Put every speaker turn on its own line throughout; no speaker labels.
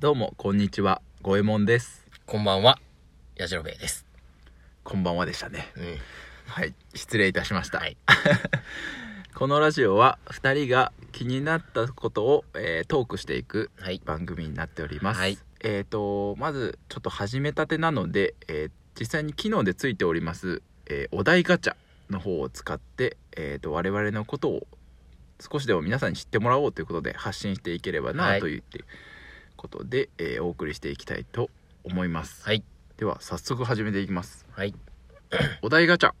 どうも、こんにちは。五右衛門です。
こんばんは、やじろべえです。
こんばんはでしたね。
うん。
はい。失礼いたしました。
はい。
このラジオは、二人が気になったことを、えートークしていく
はい。
番組になっております。
はい
えっ、と、まず、ちょっと始めたてなので、えー実際に機能でついております、えーお題ガチャの方を使って、えっ、と、我々のことを少しでも皆さんに知ってもらおうということで発信していければ
は
ないというっていうことで、えーお送りしていきたいと思います。
はい。
では早速始めていきます
はい。
お題ガチャ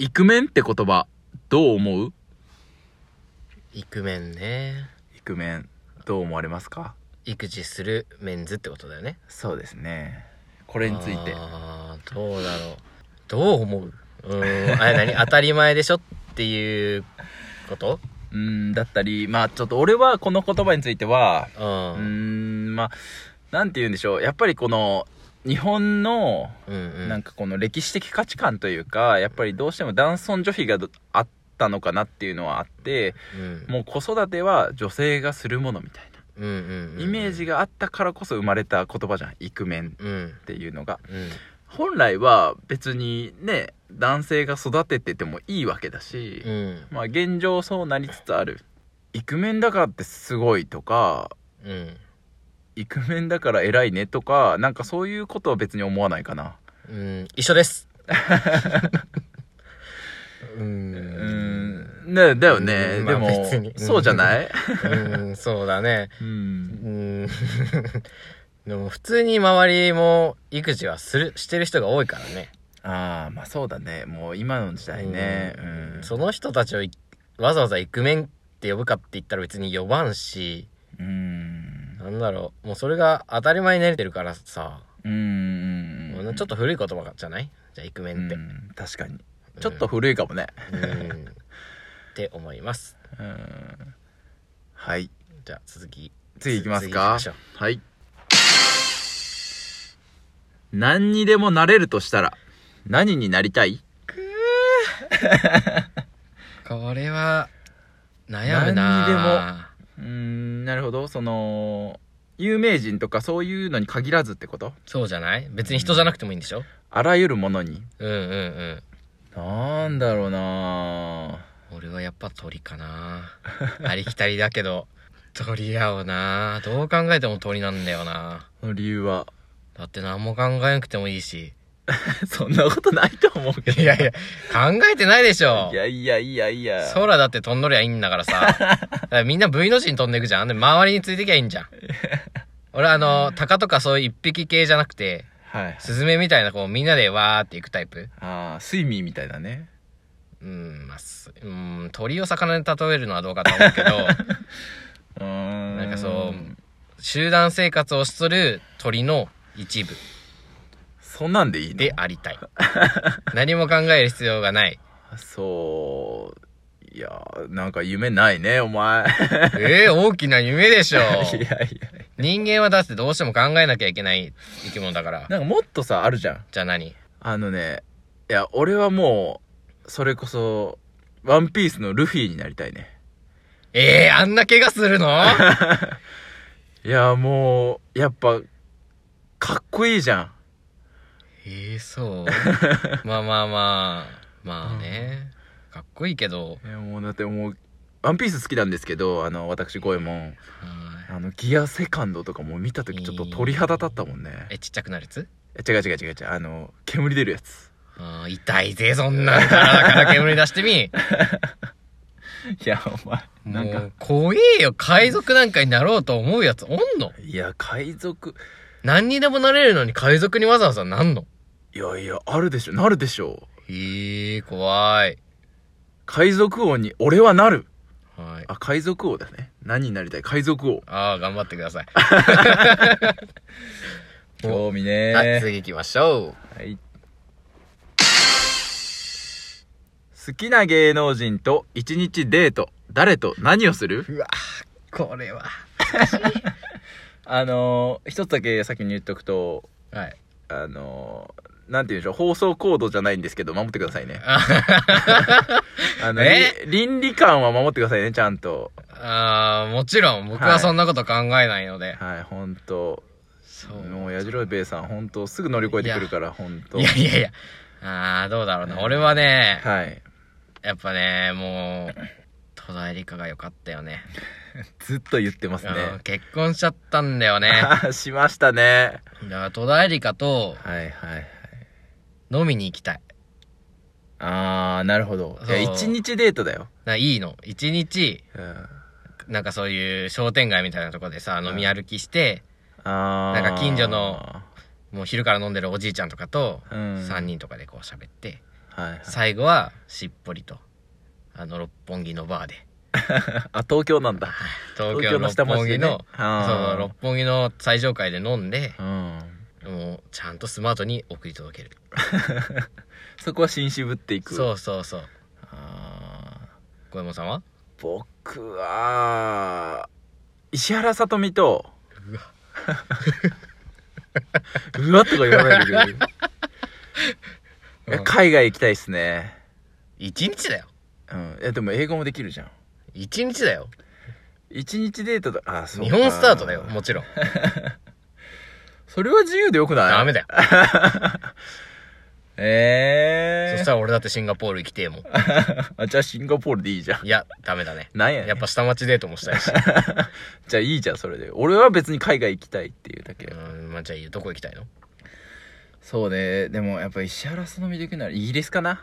イクメンって言葉どう思う
イクメンね。
イクメンどう思われますか
育児するメンズってことだよね。
そうですねこれについて
ああ、どうだろう。どう思ううーん。あ れ何当たり前でしょっていうこと
うんだったりまあちょっと俺はこの言葉については
う。
うんんまあなんて言うんでしょうやっぱりこの日本の
うんうん。
なんかこの歴史的価値観というかやっぱりどうしても男尊女卑がどあったのかなっていうのはあって
うん、
もう子育ては女性がするものみたいな
うんうんうん。
イメージ
が。
があったからこそ生まれた言葉じゃんイクメンっ
うん。
ていうのが
うん。
本来は別にね男性が育てててもいいわけだし、
うん。
まあ現状そうなりつつあるイクメンだからってすごいとか
うん。
イクメンだから偉いねとかなんかそういうことは別に思わないかな
うん。一 緒です。うー。
うんんねだよね、
うんまあ
で
別
も
に
そうじゃない、
うん、そうだね。
うん、
うーん でも普通に周りも育児はするしてる人が多いからね
ああまあそうだねもう今の時代ね
う
うんん
その人たちをいわざわざイクメンって呼ぶかって言ったら別に呼ばんし
うん
なんだろうもうそれが当たり前になれてるからさ、
うん
もうちょっと古い言葉じゃないじゃあイクメンって、
うん確かにちょっと古いかもね
うんって思います
うんはい
じゃあ続き
次いきますか
次行きましょ
はい何にでもなれるとしたら何になりたいう
これは悩むな
うーんなるほどその有名人とかそういうのに限らずってこと
そうじゃない別に人じゃなくてもいいんでしょ、
あらゆるものに
うん、うんうん
なんだろうな
俺はやっぱ鳥かなありきたりだけど鳥やをなどう考えても鳥なんだよな
その理由は
だって何も考えなくてもいいし
そんなことないと思うけど
いやいや考えてないでしょ
いやいやいやいや
空だって飛んどりゃいいんだからさだからみんな V の字に飛んでいくじゃんで周りについてきゃいいんじゃん俺あの鷹とかそういう一匹系じゃなくて
はい
スズメみたいなこうみんなでわーっていくタイプ
ああ睡眠みたいだね
うんまあすうん鳥を魚に例えるのはどうかと思うけど
うーん
なんかそう集団生活をしとる鳥の一部
そんなんでいいの
でありたい。何も考える必要がない。
そういやなんか夢ないねお前
ええ大きな夢でしょう。
いやいや
人間はだってどうしても考えなきゃいけない生き物だ から。
なんかもっとさあるじゃん
じゃあ何
あのねいや俺はもうそれこそワンピースのルフィになりたいね
ええあんな怪我するの
いやもうやっぱかっこいいじゃん
ええそう。まあまあまあ。まあね。かっこいいけど。
いやもうだってもうワンピース好きなんですけどあの私五右衛門
は
あのギアセカンドとかもう見た時ちょっと鳥肌立ったもんね
いえ、ちっちゃくなるやつ
いや違う違う違う違うあの煙出るやつ
ああ、痛いぜ、そんなん体から煙出してみ。
いやお前
もう、怖えよ。海賊なんかになろうと思うやつおんの
いや海賊
何にでもなれるのに海賊にわざわざなんの
いやいや、あるでしょ、なるでしょう。
へえ、怖い。
海賊王に俺はなる。
はい。
あ、海賊王だね。何になりたい海賊王。
ああ、頑張ってください。
興味
はい、
ね
次行きましょ
はい。好きな芸能人と一日デート。誰と何をする
う。うわこれは。
あのー、一つだけ先に言っとくと、
はい。
あのー、なんて言うんでしょう、放送コードじゃないんですけど、守ってくださいね。あの、
え
り倫理観は守ってくださいね、ちゃんと。
ああーもちろん僕はそんなこと考えないので、
はい本当
そう
もうやじろべえさん本当すぐ乗り越えてくるから本当
いやいやいやああどうだろうな、
うん
俺はね、
はい
やっぱねもう戸田恵梨香が良かったよね
ずっと言ってますね
うん結婚しちゃったんだよね だか
あ ーしましたね
ら戸田恵梨香と
はいはいはい
飲みに行きたい
ああなるほどいや
そう
一日デートだよ、
ないいの一日
うん、
なんかそういう商店街みたいなとこでさ
ん
飲み歩きして、
あー
なんか近所のもう昼から飲んでるおじいちゃんとかと
うん
3人とかでこう喋って、
はい、はい、
最後はしっぽりとあの六本木のバーで
あ東京なんだ
東京の
下
六
町
本木
でね
の、
あー
そう六本木の最上階で飲んで、
うん
もうちゃんとスマートに送り届ける
そこは紳士ぶっていく
そうそうそう
あ
小山さんは
ー僕は石原さとみと
うわ
うわとか言わないでくれるいや
うん
海外行きたいですね
一日だよ
うんいやでも英語もできるじゃん
一日だよ
一日デートだあーそう
日
か
本スタートだよ もちろん
それは自由でよくない
ダメだよ
え
そ
え
したら俺だってシンガポール行きてえもん
あじゃあシンガポールでいいじゃん
いやダメだね
なんやねん
やっぱ下町デートもしたいし、
じゃあいいじゃんそれで俺は別に海外行きたいっていうだけ、
うんまあ、じゃあいいよどこ行きたいの
そうねでもやっぱ石原さとみで行くならイギリスかな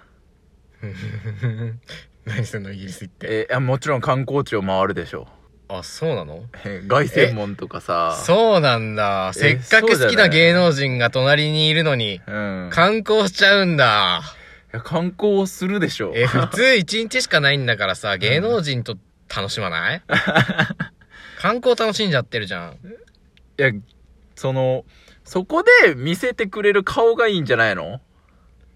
何そのイギリス行って
えー、あもちろん観光地を回るでしょ
あそうなの
うえー凱旋門とかさ
そうなんだせっかく好きな芸能人が隣にいるのに
うん、い
観光しちゃうんだ
や観光をするでしょう
え普通一日しかないんだからさ芸能人と楽しまない 観光楽しんじゃってるじゃん
いやそのそこで見せてくれる顔がいいんじゃないの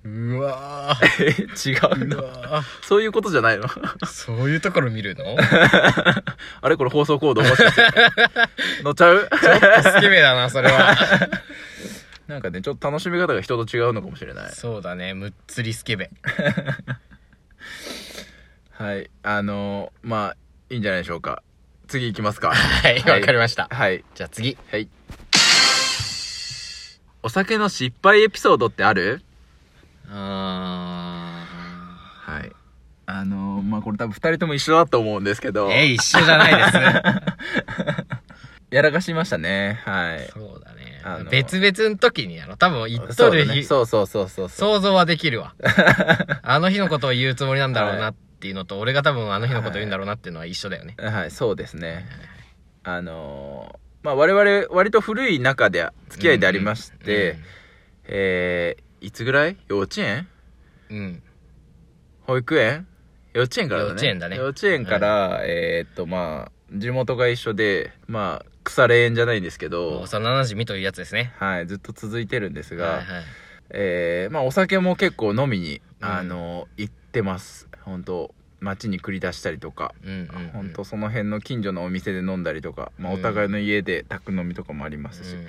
うわ
え違う
う
の
わ
そういうことじゃないの
そういうところ見る の
あれこれ放送コードもし かして乗っちゃう
ちょっと好きめだなそれ は
なんかねちょっと楽しみ方が人と違うのかもしれない
そうだねむっつりスケベ
はいあのーまあいいんじゃないでしょうか次行きますか
はいわかりました
はい
じゃあ次
はい。お酒の失敗エピソードってある
あ
はい。あのーまあ、これ多分二人とも一緒だと思うんですけど
ー。え一緒じゃない
やらかしましたね。は
で
い
す。そうだね
あの
別々の時にやろ多分一等
だ
る
ね
日
そうそうそうそうそう。
想像はでき るわあの日のことを言うつもりなんだろうなっていうのと俺が多分あの日のことを言うんだろうなっていうのは一緒だよね
はい、そうですね。あのーまあ、我々、割と古い中で、付き合いでありまして、えー、いつぐらい幼稚園
うん、うん
保育園幼稚園からだね
幼稚園だね
幼稚園から、えーっとまあ地元が一緒でまあ腐れ縁じゃないんですけ
うん
ど
幼馴染というやつですね
はいずっと続いてるんですが、
はいはい
えーまあお酒も結構飲みに
うん
あの、行ってます本当街に繰り出したりとか、
うんうんうん
本当その辺の近所のお店で飲んだりとか、まあ、
う
お
ん
互いの家で宅飲みとかもありますし、
うん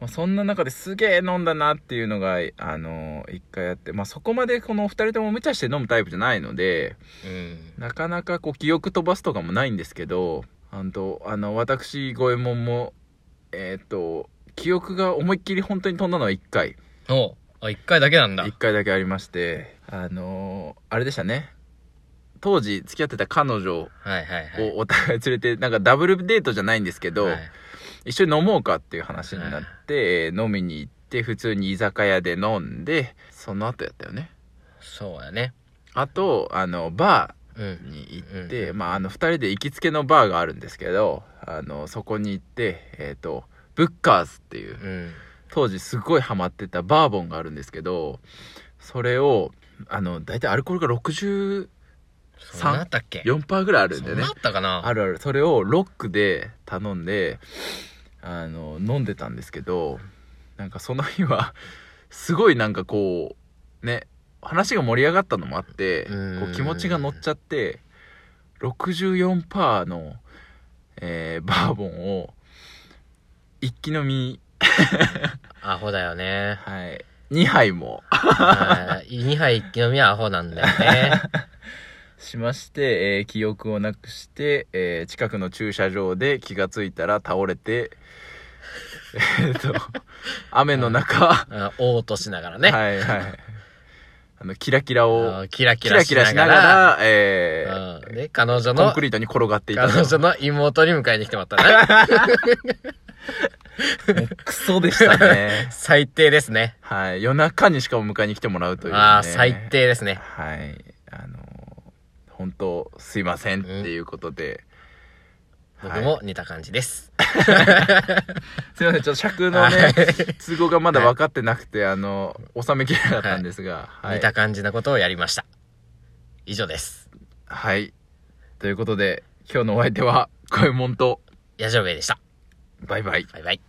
まあ、そんな中ですげえ飲んだなっていうのがあの一回あって、まあ、そこまでこのお二人とも無茶して飲むタイプじゃないので、
うん
なかなかこう記憶飛ばすとかもないんですけどあんとあの私五右衛門もえーっ、と記憶が思いっきり本当に飛んだのは1回
おあ一回だけなんだ
1回だけありましてあのーあれでしたね当時付き合ってた彼女
はいはいはい
をお互い連れて、なんかダブルデートじゃないんですけど、
はい
一緒に飲もうかっていう話になって、えー飲みに行って普通に居酒屋で飲んでその後やったよね
そうやね
あとあのバー
うん
に行って、まあ、あの2人で行きつけのバーがあるんですけどあのそこに行って、えー、とブッカーズっていう
うん
当時すごいハマってたバーボンがあるんですけどそれをあの大体アルコールが64%
そうなったっけ
ぐらいあるん
そ
で
う
ね
なったかな
あるあるそれをロックで頼んであの飲んでたんですけどなんかその日はすごいなんかこうね話が盛り上がったのもあって
うん
こう気持ちが乗っちゃって64%の、えーバーボンを一気飲み、
アホだよね
はい、2杯も
2杯一気飲みはアホなんだよね
しまして、えー記憶をなくして、えー近くの駐車場で気がついたら倒れて、 えーっと、雨の中、
あおうとしながらね。
はいはい。あの、キラキラを、
あキラ
キ
キ
ラ
ラ
キ
し
ラ
な
しな
が
が
ら、
ら、えー
うんで、彼女
コン
の
ク、リートに転がっていた
彼女
と。
の妹に迎えに来てもらったね。。
クソでしたね
最低ですね。
はい。夜中にしかも迎えに来てもらうという、ね。
ああ、最。低ですね。
はい。あのー本当、すいませんっていうことで。
僕も似た感じです。
すいません、ちょっと尺の
は
ね
い、
都合がまだ分かってなくて、あの、収めきれなかったんですが、はい
似。た感じなことをやりました。以上です。
はい。ということで、今日のお相手は、こういうもんと、
ヤジョベイでした。
バイバイ。
バイバイ。